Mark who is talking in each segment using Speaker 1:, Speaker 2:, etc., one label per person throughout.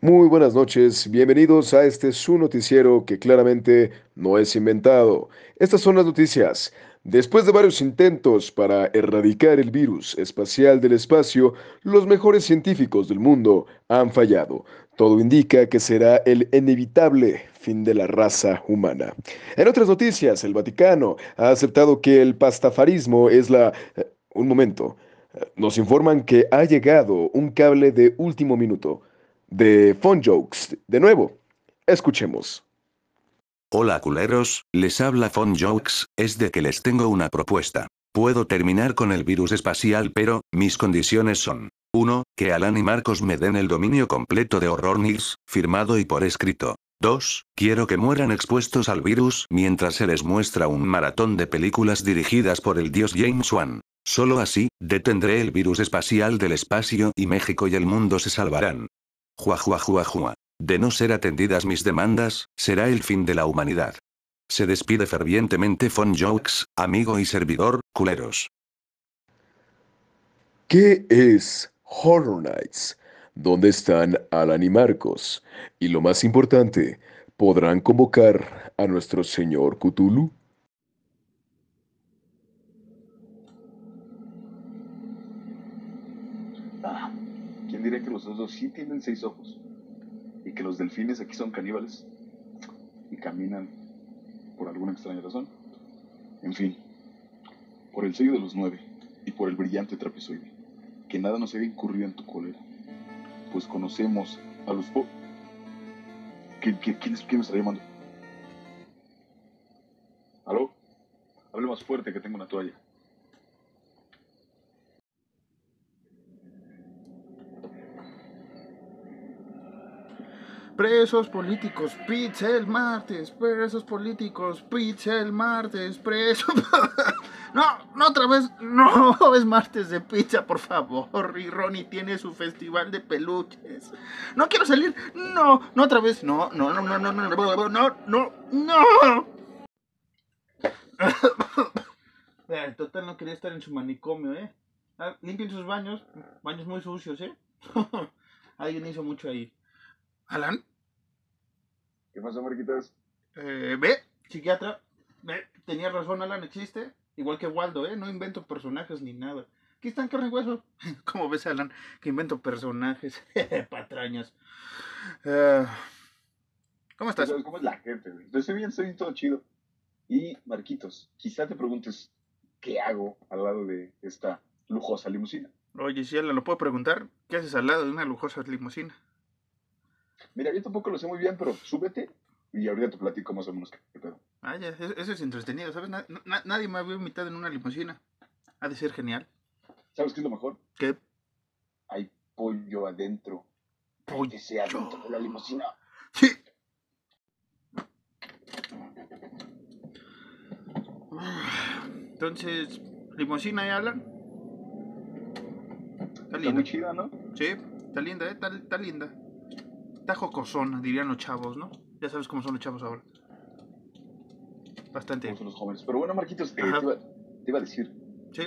Speaker 1: Muy buenas noches, bienvenidos a este su noticiero que claramente no es inventado. Estas son las noticias. Después de varios intentos para erradicar el virus espacial del espacio, los mejores científicos del mundo han fallado. Todo indica que será el inevitable fin de la raza humana. En otras noticias, el Vaticano ha aceptado que el pastafarismo es la... eh, Un momento. eh, Nos informan que ha llegado un cable de último minuto de Fun Jokes. De nuevo, escuchemos.
Speaker 2: Hola culeros, les habla Fun Jokes, es de que les tengo una propuesta. Puedo terminar con el virus espacial, pero mis condiciones son 1. Que Alan y Marcos me den el dominio completo de Horrornix, firmado y por escrito. 2. Quiero que mueran expuestos al virus mientras se les muestra un maratón de películas dirigidas por el dios James Wan. Solo así, detendré el virus espacial del espacio y México y el mundo se salvarán. Juajuajuajua. De no ser atendidas mis demandas, será el fin de la humanidad. Se despide fervientemente Fon Jokes, amigo y servidor, culeros.
Speaker 1: ¿Qué es Horror Nights? ¿Dónde están Alan y Marcos? Y lo más importante, ¿podrán convocar a nuestro señor Cthulhu?
Speaker 3: Ah, ¿Quién diría que los osos sí tienen seis ojos? Y que los delfines aquí son caníbales y caminan por alguna extraña razón. En fin, por el sello de los nueve y por el brillante trapezoide, que nada nos haya incurrido en tu cólera, pues conocemos a los po... ¿Qui- qui- ¿Quién, es- quién me está llamando? ¿Aló? Hable más fuerte que tengo una toalla.
Speaker 4: Presos políticos, pizza el martes. Presos políticos, pizza el martes. Presos. No, no otra vez, no es martes de pizza, por favor. Y Ronnie tiene su festival de peluches. No quiero salir, no, no otra vez, no, no, no, no, no, no, no, no, no, no. El total no quería estar en su manicomio, ¿eh? Ah, Limpien sus baños, baños muy sucios, ¿eh? Alguien hizo mucho ahí. Alan,
Speaker 3: ¿Qué pasa, Marquitas?
Speaker 4: eh, ve, psiquiatra, ve, tenía razón, Alan existe, igual que Waldo, ¿eh? No invento personajes ni nada. Aquí están carne y hueso. ¿Cómo ves, Alan? Que invento personajes, patrañas. Eh, ¿Cómo
Speaker 3: ¿Tú
Speaker 4: estás?
Speaker 3: sabes cómo es la gente, güey? Yo estoy bien, estoy bien, todo chido. Y, Marquitos, quizá te preguntes, ¿qué hago al lado de esta lujosa limusina?
Speaker 4: Oye, si Alan, ¿lo puedo preguntar? ¿Qué haces al lado de una lujosa limusina?
Speaker 3: Mira, yo tampoco lo sé muy bien, pero súbete y ahorita te platico más o menos qué pedo.
Speaker 4: Vaya, eso, Ah, eso es entretenido, ¿sabes? Na- na- nadie me había invitado en una limusina. Ha de ser genial.
Speaker 3: ¿Sabes qué es lo mejor?
Speaker 4: ¿Qué?
Speaker 3: Hay pollo adentro.
Speaker 4: Pollo.
Speaker 3: Que sea adentro de la limusina.
Speaker 4: Sí. Entonces, limosina y Alan. Está
Speaker 3: Está muy
Speaker 4: linda.
Speaker 3: chida, ¿no?
Speaker 4: Sí, está linda, eh, está, está linda. Está jocosona, dirían los chavos, ¿no? Ya sabes cómo son los chavos ahora. Bastante.
Speaker 3: Como son los jóvenes. Pero bueno, Marquitos, eh, te,
Speaker 4: Ajá.
Speaker 3: iba, te iba a decir,
Speaker 4: Sí.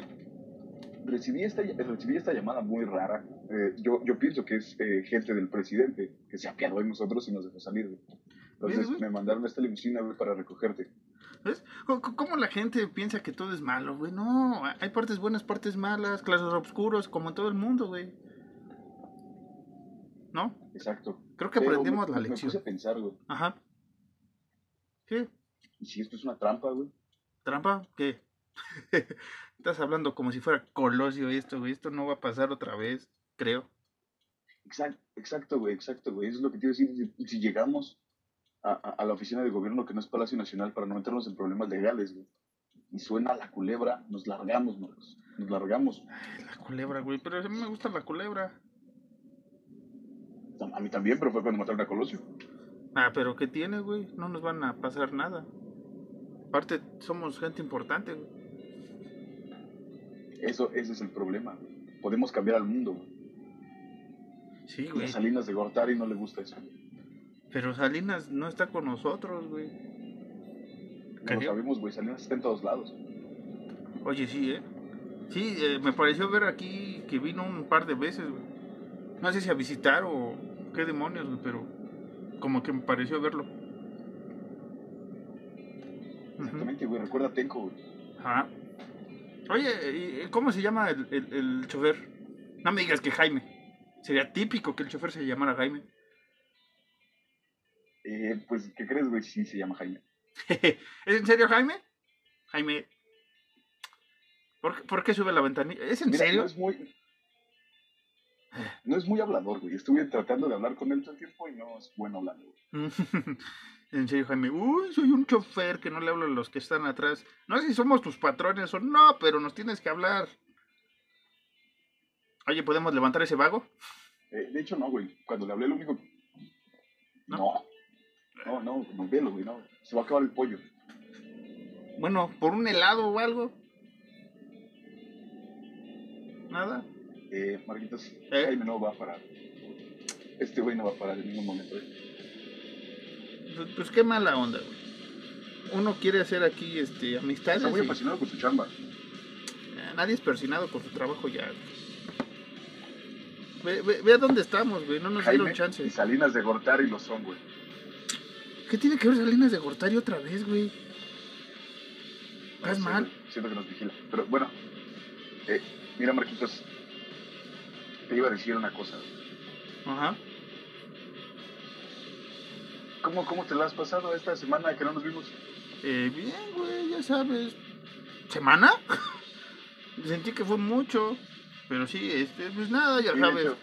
Speaker 3: recibí esta, recibí esta llamada muy rara. Eh, yo, yo pienso que es eh, gente del presidente que se apiadó de nosotros y nos dejó salir. güey. Entonces
Speaker 4: Bien, güey.
Speaker 3: me mandaron a esta limusina güey, para recogerte.
Speaker 4: ¿Ves? Co- co- ¿Cómo la gente piensa que todo es malo, güey? No, hay partes buenas, partes malas, clases oscuros, como en todo el mundo, güey. ¿No?
Speaker 3: Exacto.
Speaker 4: Creo que
Speaker 3: Pero
Speaker 4: aprendimos
Speaker 3: me-
Speaker 4: la
Speaker 3: me- Me puse
Speaker 4: lección.
Speaker 3: a pensar, güey.
Speaker 4: Ajá. ¿Qué?
Speaker 3: ¿Y si esto es una trampa, güey?
Speaker 4: ¿Trampa? ¿Qué? Estás hablando como si fuera Colosio esto, güey. Esto no va a pasar otra vez, creo.
Speaker 3: Exacto, exacto, güey, exacto, güey. Eso es lo que te iba a decir. Si- Si llegamos a, a- a la oficina de gobierno que no es Palacio Nacional para no meternos en problemas legales, güey, y suena la culebra, nos largamos, nos, nos largamos.
Speaker 4: La culebra, güey. Pero a mí me gusta la culebra.
Speaker 3: A mí también, pero fue cuando mataron a Colosio.
Speaker 4: Ah, pero ¿qué tiene, güey? No nos van a pasar nada. Aparte, somos gente importante, güey.
Speaker 3: Eso, ese es el problema, güey. Podemos cambiar al mundo, güey.
Speaker 4: Sí,
Speaker 3: Y a
Speaker 4: güey.
Speaker 3: Salinas de Gortari no le gusta eso. güey.
Speaker 4: Pero Salinas no está con nosotros, güey.
Speaker 3: No lo
Speaker 4: Creo.
Speaker 3: sabemos, güey. Salinas está en todos lados.
Speaker 4: Oye, sí, ¿eh? Sí, eh, me pareció ver aquí que vino un par de veces, güey. No sé si a visitar o qué demonios, güey, pero como que me pareció verlo.
Speaker 3: Exactamente, güey. Recuerda Tenko, güey.
Speaker 4: Ajá. Oye, ¿y ¿cómo se llama el, el- el chofer? No me digas que Jaime. Sería típico que el chofer se llamara Jaime.
Speaker 3: Eh, pues, ¿qué crees, güey? Sí, se llama Jaime.
Speaker 4: ¿Es en serio Jaime? Jaime. ¿Por, qué- por qué sube la ventanilla? ¿Es en
Speaker 3: Mira,
Speaker 4: serio?
Speaker 3: No es muy. No es muy hablador, güey. Estuve tratando de hablar con él todo el tiempo y no es bueno hablando, güey.
Speaker 4: en serio, Jaime. Uy, soy un chofer que no le hablo a los que están atrás. No sé si somos tus patrones o no, pero nos tienes que hablar. Oye, ¿podemos levantar ese vago?
Speaker 3: Eh, de hecho, no, güey. Cuando le hablé, lo único. No. No, no, no, velo, güey. No. Se va a acabar el pollo.
Speaker 4: Bueno, por un helado o algo. Nada.
Speaker 3: Eh, Marquitos, Jaime no va a parar. Este güey no va a parar en ningún momento, güey.
Speaker 4: Pues, pues qué mala onda, güey. Uno quiere hacer aquí este, amistades.
Speaker 3: Está muy
Speaker 4: y-
Speaker 3: apasionado con su chamba.
Speaker 4: Eh, Nadie es persinado con su trabajo ya. Ve, ve, ve a dónde estamos, güey. No nos
Speaker 3: Jaime
Speaker 4: dieron chance.
Speaker 3: y Salinas de Gortari lo son, güey.
Speaker 4: ¿Qué tiene que ver Salinas de Gortari otra vez, güey? Estás
Speaker 3: No sé,
Speaker 4: Ah, mal.
Speaker 3: güey, Siento que nos vigila. Pero bueno, eh, mira, Marquitos, te iba a decir una cosa.
Speaker 4: Ajá.
Speaker 3: ¿Cómo, cómo te la has pasado esta semana que no nos vimos?
Speaker 4: Eh, bien, güey, ya sabes. ¿Semana? Sentí que fue mucho. Pero sí, este, pues nada, ya
Speaker 3: Sí, de
Speaker 4: sabes.
Speaker 3: hecho,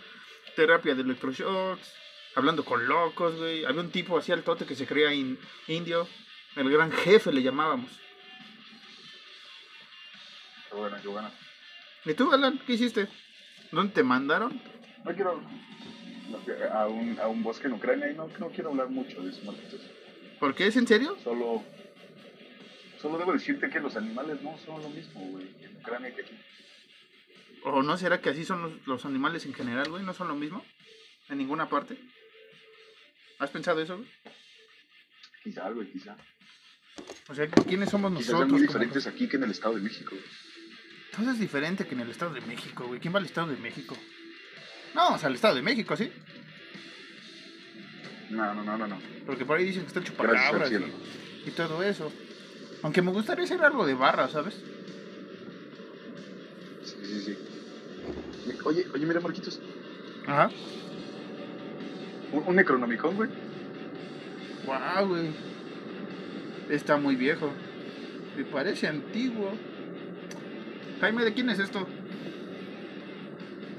Speaker 4: terapia de electroshocks, hablando con locos, güey. Había un tipo así al tote que se creía in- indio. El gran jefe le llamábamos.
Speaker 3: qué bueno, qué bueno.
Speaker 4: ¿Y tú, Alan? ¿Qué hiciste? ¿Dónde te mandaron?
Speaker 3: No quiero no, que- a, un, a un bosque en Ucrania y no, no quiero hablar mucho de eso, Marquitos.
Speaker 4: ¿Por qué? ¿Es en serio?
Speaker 3: Solo, solo debo decirte que los animales no son lo mismo, güey, en Ucrania que aquí.
Speaker 4: ¿O no será que así son los, los animales en general, güey? ¿No son lo mismo? ¿En ninguna parte? ¿Has pensado eso, güey?
Speaker 3: Quizá, güey, quizá.
Speaker 4: O sea, ¿quiénes somos
Speaker 3: Quizás
Speaker 4: nosotros?
Speaker 3: sean muy
Speaker 4: como
Speaker 3: diferentes aquí que en el Estado de México. güey.
Speaker 4: personas? Entonces es diferente que en el Estado de México, güey. ¿Quién va al Estado de México? No, vamos al Estado de México, ¿sí?
Speaker 3: No, no, no, no, no.
Speaker 4: Porque por ahí dicen que está el
Speaker 3: Gracias al
Speaker 4: chupacabras
Speaker 3: cielo.
Speaker 4: y, y todo eso. Aunque me gustaría hacer algo de barra, ¿sabes?
Speaker 3: Sí, sí, sí. Oye, oye, mira, Marquitos.
Speaker 4: Ajá.
Speaker 3: Un, un Necronomicon, güey.
Speaker 4: Wow, güey. Está muy viejo. Me parece antiguo. Jaime, ¿de quién es esto?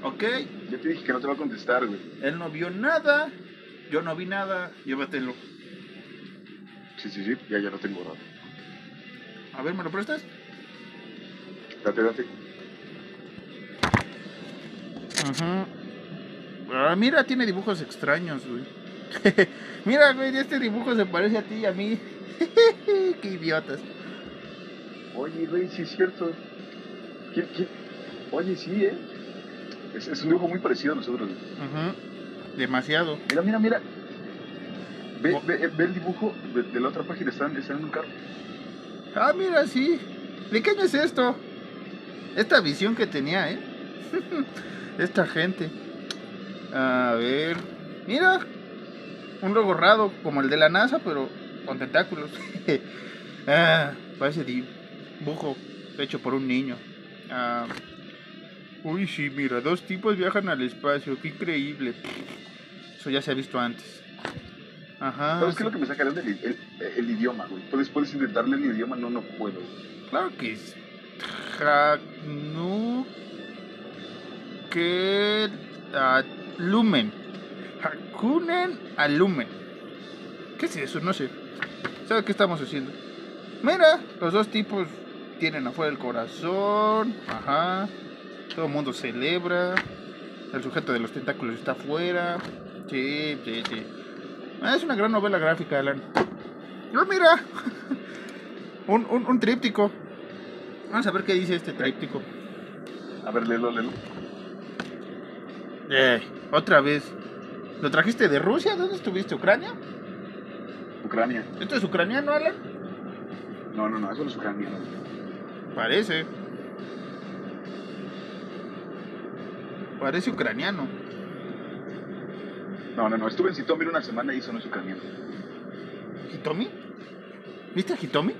Speaker 4: Ok,
Speaker 3: Yo te dije que no te va a contestar, güey.
Speaker 4: él no vio nada. Yo no vi nada. Llévatelo.
Speaker 3: Sí, sí, sí. Ya, ya lo tengo borrado.
Speaker 4: A ver, ¿me lo prestas?
Speaker 3: Date, date.
Speaker 4: Ajá. Ah, mira, tiene dibujos extraños, güey. mira, güey, este dibujo se parece a ti y a mí. Qué idiotas.
Speaker 3: Oye, güey, sí es cierto. ¿Quién, quién? Oye, sí, ¿eh? Es, es un dibujo muy parecido a nosotros, güey.
Speaker 4: Ajá. Demasiado.
Speaker 3: Mira, mira, mira. Ve,
Speaker 4: Oh.
Speaker 3: ve, ve el dibujo de, de la otra página. Están, están en un carro.
Speaker 4: Ah, mira, sí. ¿De qué año es esto? Esta visión que tenía, ¿eh? Esta gente. A ver. Mira. Un logo raro, como el de la NASA, pero con tentáculos. ah, parece dibujo hecho por un niño. Ah, Uy, sí, mira, dos tipos viajan al espacio. Qué increíble. Eso ya se ha visto antes. Ajá.
Speaker 3: ¿Sabes qué
Speaker 4: sí.
Speaker 3: es lo que me sacaron del el, el idioma, güey? Puedes, puedes intentarle el idioma. No, no puedo. güey.
Speaker 4: Claro que es. Jacnu. Que. Alumen. Hakunen alumen. ¿Qué es eso? No sé. ¿Sabe qué estamos haciendo? Mira, los dos tipos tienen afuera el corazón. Ajá. Todo el mundo celebra. El sujeto de los tentáculos está afuera. Sí, sí, sí. Ah, es una gran novela gráfica, Alan. No, mira. un, un, un tríptico. Vamos a ver qué dice este tríptico.
Speaker 3: A ver, léelo, léelo.
Speaker 4: Eh, otra vez. ¿Lo trajiste de Rusia? ¿Dónde estuviste? ¿Ucrania?
Speaker 3: Ucrania.
Speaker 4: ¿Esto es ucraniano, Alan?
Speaker 3: No, no, no. Eso no es ucraniano.
Speaker 4: Parece. Parece ucraniano.
Speaker 3: No, no, no. Estuve en Sitomir una semana y eso no es Ucrania.
Speaker 4: ¿Hitomi? ¿Viste a Hitomi?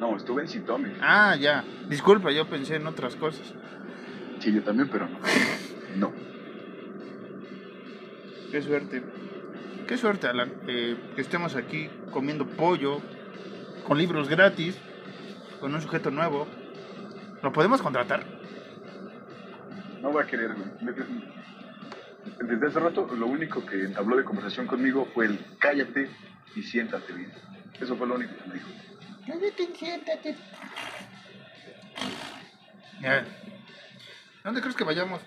Speaker 3: No, estuve en Sitomir.
Speaker 4: Ah, ya. Disculpa, yo pensé en otras cosas.
Speaker 3: Sí, yo también, pero no. No.
Speaker 4: Qué suerte. Qué suerte, Alan, eh, que estemos aquí comiendo pollo, con libros gratis, con un sujeto nuevo. ¿Lo podemos contratar?
Speaker 3: No va a querer, güey. Desde- Desde hace rato, lo único que entabló de conversación conmigo fue el cállate y siéntate bien. Eso fue lo único que me dijo.
Speaker 4: Ya. ¿Dónde crees que vayamos?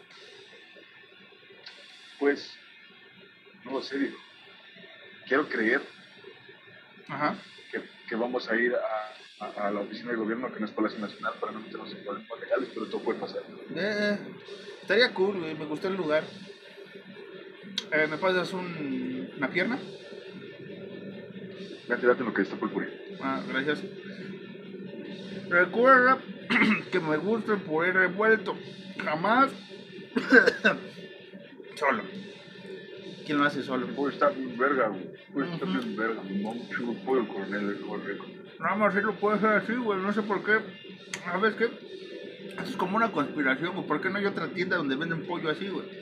Speaker 3: Pues, no lo sé, digo. Quiero creer
Speaker 4: Ajá.
Speaker 3: que, que vamos a ir a, a- a la oficina de gobierno, que no es Palacio Nacional, para no meternos en problemas legales, pero todo puede pasar.
Speaker 4: Eh, estaría cool, güey, me gustó el lugar. Eh, ¿Me pasas un- una pierna?
Speaker 3: Date, date lo que está por ocurrir.
Speaker 4: Ah, gracias. Recuerda que me gusta el puré revuelto. Jamás solo. ¿Quién lo hace solo?
Speaker 3: Puedo estar bien verga, güey. Puedo estar bien verga, mi mamá. Chulo, puedo el coronel del correo.
Speaker 4: Nada más si lo puede hacer así, güey. No sé por qué. ¿Sabes qué? Esto es como una conspiración, güey. ¿Por qué no hay otra tienda donde venden pollo así, güey?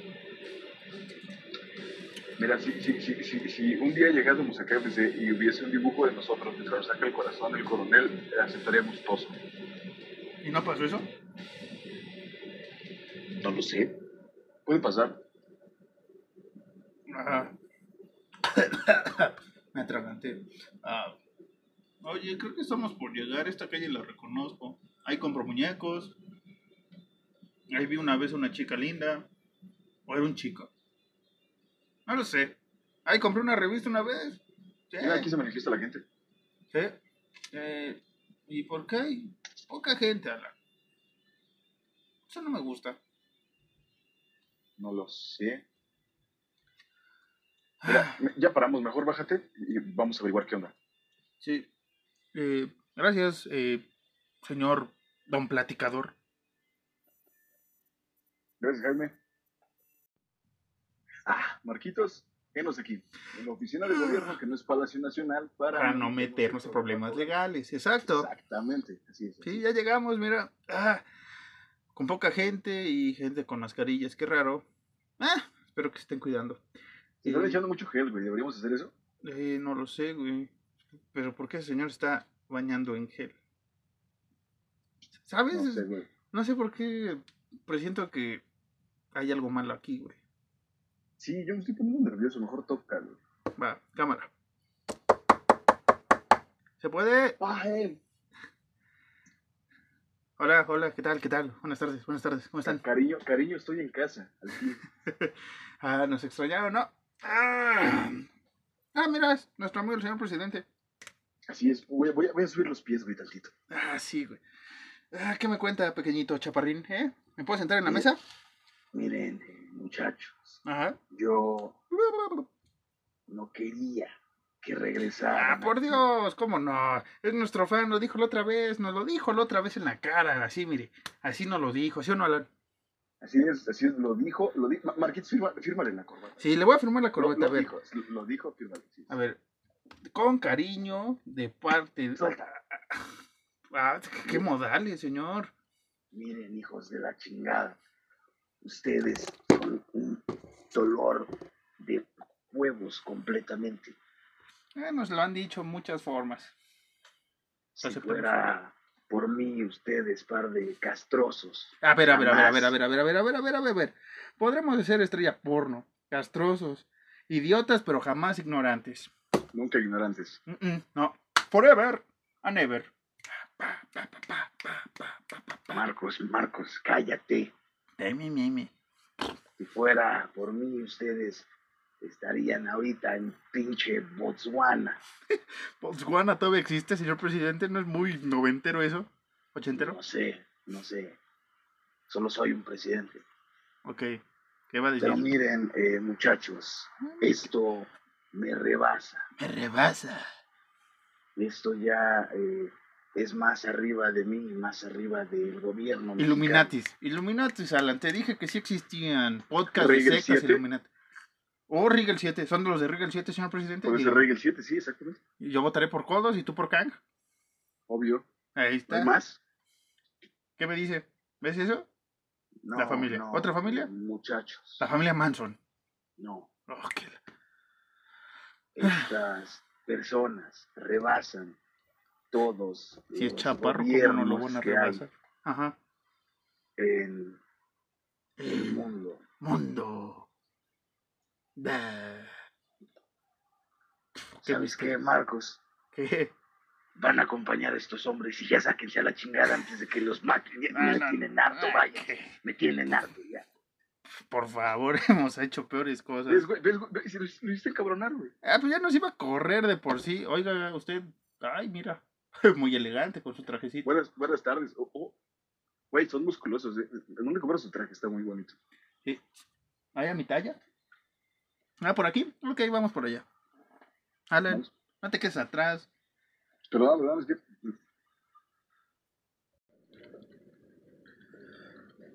Speaker 3: Mira, si, si, si, si, si un día llegásemos a KFC y hubiese un dibujo de nosotros que saca el corazón del coronel, eh, aceptaríamos todos.
Speaker 4: ¿Y no pasó eso?
Speaker 3: No lo sé. Puede pasar.
Speaker 4: Ajá. me atraganté. Ah. Oye, creo que estamos por llegar. Esta calle la reconozco. Hay compro muñecos. Ahí vi una vez una chica linda. O era un chico. No lo sé. Ahí compré una revista una vez. Sí.
Speaker 3: Mira, aquí se manifiesta la gente.
Speaker 4: Sí. Eh, ¿Y por qué hay poca gente, Alan? Eso no me gusta.
Speaker 3: No lo sé.
Speaker 4: Ah,
Speaker 3: Mira, me- ya paramos. Mejor bájate y vamos a averiguar qué onda.
Speaker 4: Sí. Eh, gracias, eh, señor don platicador.
Speaker 3: Gracias, Jaime. Ah, Marquitos, venos aquí. En la oficina de gobierno, que no es Palacio Nacional, para,
Speaker 4: Para no meternos en problemas legales. Exacto.
Speaker 3: Exactamente, así es.
Speaker 4: Sí, ya llegamos, mira. Ah, con poca gente y gente con mascarillas, qué raro. Ah, espero que se estén cuidando.
Speaker 3: Se están echando mucho gel, güey. ¿Deberíamos hacer eso?
Speaker 4: Eh, no lo sé, güey. Pero ¿por qué el señor está bañando en gel? ¿Sabes?
Speaker 3: No sé, güey.
Speaker 4: No sé por qué presiento que hay algo malo aquí, güey.
Speaker 3: Sí, yo me estoy poniendo nervioso. Mejor toca, güey.
Speaker 4: Va, cámara. ¿Se puede?
Speaker 3: ¡Ah,
Speaker 4: eh.
Speaker 3: él!
Speaker 4: Hola, hola, ¿qué tal? ¿Qué tal? Buenas tardes, buenas tardes, ¿cómo están?
Speaker 3: Cariño, cariño, estoy en casa. al fin.
Speaker 4: Ah, nos extrañaron, ¿no? Ah, Ah, mira, es nuestro amigo el señor presidente.
Speaker 3: Así es. Voy, voy a- voy a subir los pies, güey, tantito.
Speaker 4: Ah, sí, güey. Ah, ¿qué me cuenta, pequeñito chaparrín? ¿Eh? ¿Me puedo sentar en la mesa?
Speaker 5: Miren, muchachos,
Speaker 4: Ajá.
Speaker 5: yo no quería que regresara.
Speaker 4: Ah, por Dios, ¿cómo no? Es nuestro fan, lo dijo la otra vez, nos lo dijo la otra vez en la cara, así, mire. Así nos lo dijo, ¿sí o no, Alan?
Speaker 3: Así es, así es. Lo dijo, lo dijo. Marquitos, firma, fírmale la corbata.
Speaker 4: Sí, le voy a firmar la
Speaker 3: Lo,
Speaker 4: corbata, a
Speaker 3: lo
Speaker 4: ver.
Speaker 3: dijo, lo dijo, fírmale. sí.
Speaker 4: A ver, con cariño, de parte. de-
Speaker 5: Suelta.
Speaker 4: Ah, qué modales, señor.
Speaker 5: Miren, hijos de la chingada. Ustedes son un dolor de huevos completamente.
Speaker 4: Eh, nos lo han dicho muchas formas.
Speaker 5: Si
Speaker 4: Aceptamos.
Speaker 5: fuera por mí, ustedes, par de castrosos.
Speaker 4: A ver, a ver, a ver, a
Speaker 5: Jamás.
Speaker 4: ver, a ver, a ver, a ver, a ver, a ver, a ver, a ver. Podremos ser estrella porno, castrosos, idiotas, pero jamás ignorantes.
Speaker 3: Nunca ignorantes.
Speaker 4: Mm, mm, no. Forever and ever.
Speaker 5: Marcos, Marcos, cállate.
Speaker 4: Demi, mimi.
Speaker 5: Si fuera por mí, ustedes estarían ahorita en pinche Botswana.
Speaker 4: Botswana Pues, todavía existe, señor presidente. ¿No es muy noventero eso? ¿Ochentero?
Speaker 5: No sé, no sé. Solo soy un presidente.
Speaker 4: Ok. ¿Qué va a decir?
Speaker 5: Pero miren, eh, muchachos, esto me rebasa.
Speaker 4: Me rebasa.
Speaker 5: Esto ya eh, es más arriba de mí, más arriba del gobierno. mexicano.
Speaker 4: Illuminatis. Illuminatis, Alan. Te dije que sí existían podcasts de
Speaker 3: Regel
Speaker 4: sectas
Speaker 3: siete.
Speaker 4: Illuminati. O Rigel 7, son de los de Rigel 7, señor presidente.
Speaker 3: Puede
Speaker 4: Y-
Speaker 3: ser Regel 7, sí, exactamente.
Speaker 4: y yo votaré por Codos y tú por Kang.
Speaker 3: Obvio.
Speaker 4: Ahí
Speaker 3: ¿No hay
Speaker 4: está.
Speaker 3: más?
Speaker 4: ¿Qué me dice? ¿Ves eso?
Speaker 5: No,
Speaker 4: La familia.
Speaker 5: no,
Speaker 4: ¿Otra familia?
Speaker 5: Muchachos.
Speaker 4: La familia Manson.
Speaker 5: No.
Speaker 4: Oh, qué la-
Speaker 5: Estas personas rebasan todos.
Speaker 4: Si es
Speaker 5: los
Speaker 4: chaparro, ¿cómo no lo
Speaker 5: gobiernos
Speaker 4: van a
Speaker 5: que hay
Speaker 4: rebasar? Ajá.
Speaker 5: En el
Speaker 4: El
Speaker 5: mundo.
Speaker 4: mundo. Da. ¿Qué
Speaker 5: ¿Sabes
Speaker 4: viste?
Speaker 5: qué, Marcos?
Speaker 4: ¿Qué?
Speaker 5: Van a acompañar a estos hombres y ya sáquense a la chingada antes de que los maten. Ya, ya
Speaker 4: Ah,
Speaker 5: me
Speaker 4: no,
Speaker 5: tienen
Speaker 4: no,
Speaker 5: harto,
Speaker 4: ah,
Speaker 5: vaya.
Speaker 4: qué-
Speaker 5: Me tienen harto, ya.
Speaker 4: Por favor, hemos hecho peores cosas.
Speaker 3: ¿Ves, güey? ¿Ves, güey? ¿Ves? Si lo, lo hiciste encabronar, güey.
Speaker 4: Ah, pues ya nos iba a correr de por sí. Oiga, usted. Ay, mira. Muy elegante con su trajecito.
Speaker 3: Buenas, buenas tardes. Oh, oh. Güey, son musculosos. eh. ¿En dónde compras su traje? Está muy bonito.
Speaker 4: ¿Ahí a mi talla? Ah, por aquí. Ok, vamos por allá. Alan,
Speaker 3: Vamos.
Speaker 4: no te quedes atrás.
Speaker 3: Pero vamos, vamos, que...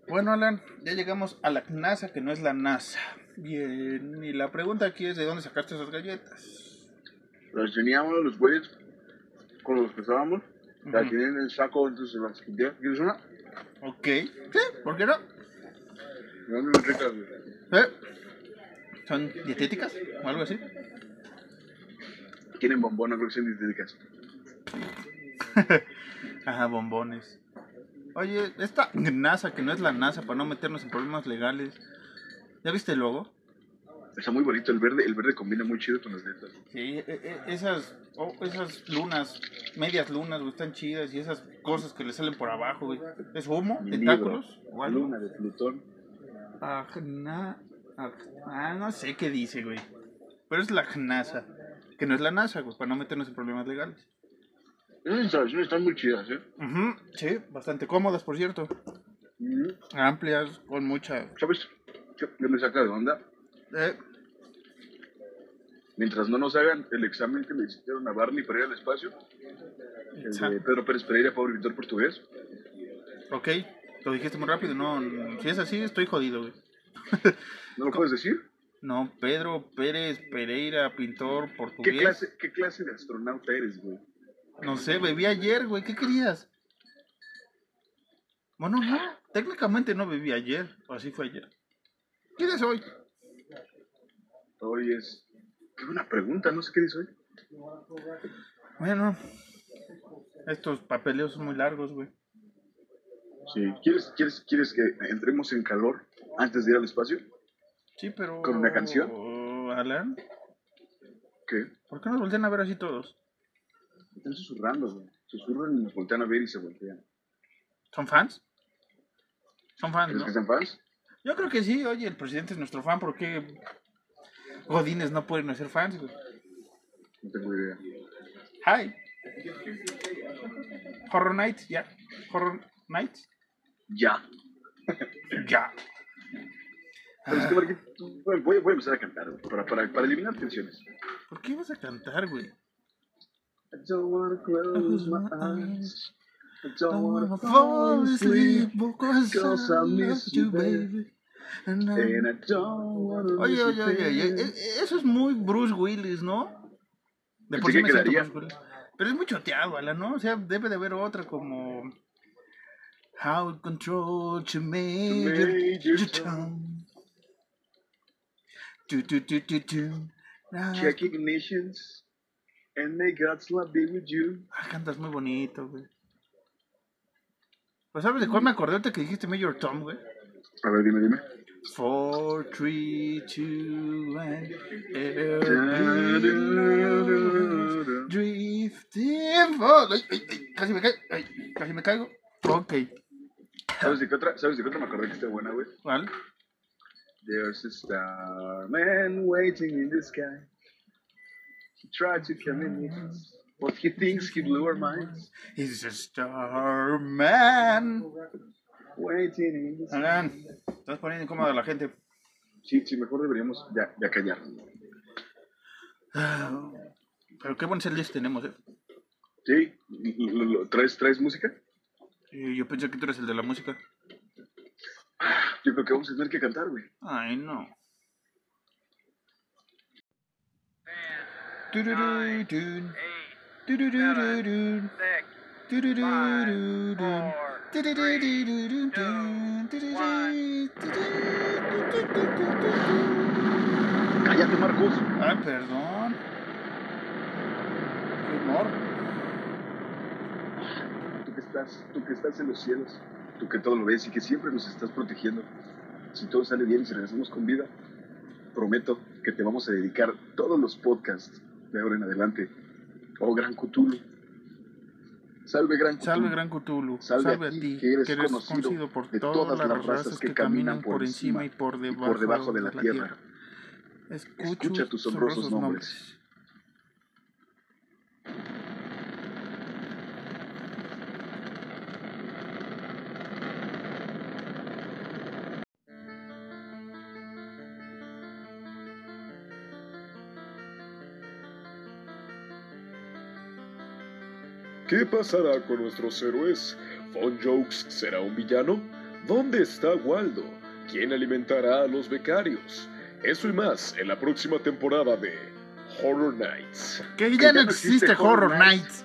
Speaker 4: Bueno, Alan, ya llegamos a la NASA, que no es la NASA. Bien, y la pregunta aquí es: ¿de dónde sacaste esas galletas?
Speaker 3: Los teníamos, los güeyes, cuando los pesábamos. La tenían en el saco, entonces las quité. ¿Quieres una?
Speaker 4: Ok, sí, ¿por qué no?
Speaker 3: Son muy ricas, güey.
Speaker 4: ¿Eh? ¿Son dietéticas o algo así?
Speaker 3: Tienen bombona, creo que son dietéticas.
Speaker 4: Ajá, bombones. Oye, esta NASA, que no es la NASA, para no meternos en problemas legales. ¿Ya viste el logo?
Speaker 3: Está muy bonito el verde, el verde combina muy chido con las letras.
Speaker 4: Sí, e- e- esas, oh, esas lunas, medias lunas, güey, están chidas y esas cosas que le salen por abajo, güey. ¿Es humo?
Speaker 3: Mi
Speaker 4: ¿Tentáculos? ¿O
Speaker 3: La
Speaker 4: algo?
Speaker 3: luna de Plutón.
Speaker 4: Ajna, aj- ah, no sé qué dice, güey. Pero es la NASA, que no es la NASA, güey, para no meternos en problemas legales.
Speaker 3: Esas instalaciones están muy chidas, ¿eh?
Speaker 4: Ujú, Sí, bastante cómodas, por cierto.
Speaker 3: Mm.
Speaker 4: Amplias, con mucha...
Speaker 3: ¿Sabes? Yo, yo me saca de onda.
Speaker 4: eh,
Speaker 3: Mientras no nos hagan el examen que le hicieron a Barney para ir al espacio, el de Pedro Pérez Pereira, Pablo Víctor Portugués,
Speaker 4: ok, lo dijiste muy rápido, no, no, si es así estoy jodido, güey.
Speaker 3: ¿no lo puedes decir?
Speaker 4: No, Pedro Pérez Pereira, pintor portugués.
Speaker 3: ¿Qué clase, ¿Qué clase de astronauta eres, güey?
Speaker 4: No sé, bebí ayer, güey, ¿qué querías? Bueno, no, técnicamente no bebí ayer, o así fue ayer. ¿Qué día es hoy?
Speaker 3: Hoy es... Qué buena pregunta, no sé qué dice hoy.
Speaker 4: Bueno, estos papeleos son muy largos, güey.
Speaker 3: Sí. ¿Quieres, quieres, ¿Quieres que entremos en calor antes de ir al espacio?
Speaker 4: Sí, pero...
Speaker 3: ¿Con una canción?
Speaker 4: Alan,
Speaker 3: ¿Qué?
Speaker 4: ¿por qué nos voltean a ver así todos?
Speaker 3: Están susurrando, güey. Susurran y nos voltean a ver y se voltean.
Speaker 4: ¿Son fans? Son fans,
Speaker 3: ¿Crees
Speaker 4: Ah, ¿no?
Speaker 3: que están fans?
Speaker 4: Yo creo que sí, oye, el presidente es nuestro fan, ¿por qué Godines no pueden ser fans, güey?
Speaker 3: No tengo idea.
Speaker 4: Hi. Horror Nights, ya. Horror Nights,
Speaker 3: Ya.
Speaker 4: ya.
Speaker 3: Pero es que, Marquito, voy, voy a empezar a cantar, güey, para, para, para eliminar tensiones.
Speaker 4: ¿Por qué vas a cantar, güey?
Speaker 3: I don't wanna close my eyes. I don't wanna fall asleep. because I miss you, baby. And I
Speaker 4: Oye,
Speaker 3: don't wanna
Speaker 4: oye,
Speaker 3: miss
Speaker 4: oye,
Speaker 3: you,
Speaker 4: oye,
Speaker 3: baby.
Speaker 4: e- eso es muy Bruce Willis, ¿no? De
Speaker 3: Pensé
Speaker 4: por sí
Speaker 3: que
Speaker 4: me siento
Speaker 3: quedaría.
Speaker 4: Bruce Willis. Pero es muy choteado, Alan, ¿no? O sea, debe de haber otra como... How it control to
Speaker 3: To
Speaker 4: me.
Speaker 3: make your tongue. Check ignitions. And may God's love be with you.
Speaker 4: Ah, cantas muy bonito, güey. Pues sabes de cuál me acordé ahorita que dijiste Major Tom, güey.
Speaker 3: A ver, dime, dime.
Speaker 4: 4, 3, 2, and
Speaker 3: Airplanes
Speaker 4: drifting fall. Ay, ay, ay, casi me caigo. Ay, casi me caigo. Ok,
Speaker 3: ¿Sabes de qué otra? ¿Sabes de qué otra me acordé que está buena, güey?
Speaker 4: vale.
Speaker 3: There's a starman waiting in the sky. He tried to communicate, but he thinks he blew our minds.
Speaker 4: He's a star man.
Speaker 3: Waiting in the sky.
Speaker 4: Alan, estás poniendo incómoda a la gente.
Speaker 3: Sí, sí, mejor deberíamos ya, ya callar.
Speaker 4: Ah, Pero qué buen setlist tenemos, eh.
Speaker 3: Sí, lo- lo- ¿traes, ¿traes música?
Speaker 4: Eh, Yo pensé que tú eres el de la música.
Speaker 3: Yo creo que vamos a tener que cantar, güey.
Speaker 4: Ay, no. Tururururun. Tururururun. Tururururun. Tururururun.
Speaker 3: Cállate, Marcos.
Speaker 4: Ah, perdón. Qué humor.
Speaker 3: Tú que estás, tú que estás en los cielos, tú que todo lo ves y que siempre nos estás protegiendo. Si todo sale bien y si regresamos con vida, prometo que te vamos a dedicar todos los podcasts de ahora en adelante. Oh, Gran Cthulhu. Salve, Gran Cthulhu.
Speaker 4: Salve Gran Cthulhu,
Speaker 3: Salve
Speaker 4: salve,
Speaker 3: a
Speaker 4: a
Speaker 3: ti,
Speaker 4: ti,
Speaker 3: que eres conocido
Speaker 4: por
Speaker 3: de
Speaker 4: todas las razas que caminan por encima y por
Speaker 3: y
Speaker 4: debajo,
Speaker 3: por debajo de la tierra.
Speaker 4: Escucho
Speaker 3: Escucha tus honrosos nombres.
Speaker 1: ¿Qué pasará con nuestros héroes? ¿Von Jokes será un villano? ¿Dónde está Waldo? ¿Quién alimentará a los becarios? Eso y más en la próxima temporada de Horror Nights.
Speaker 4: Que ya no existe Horror Nights.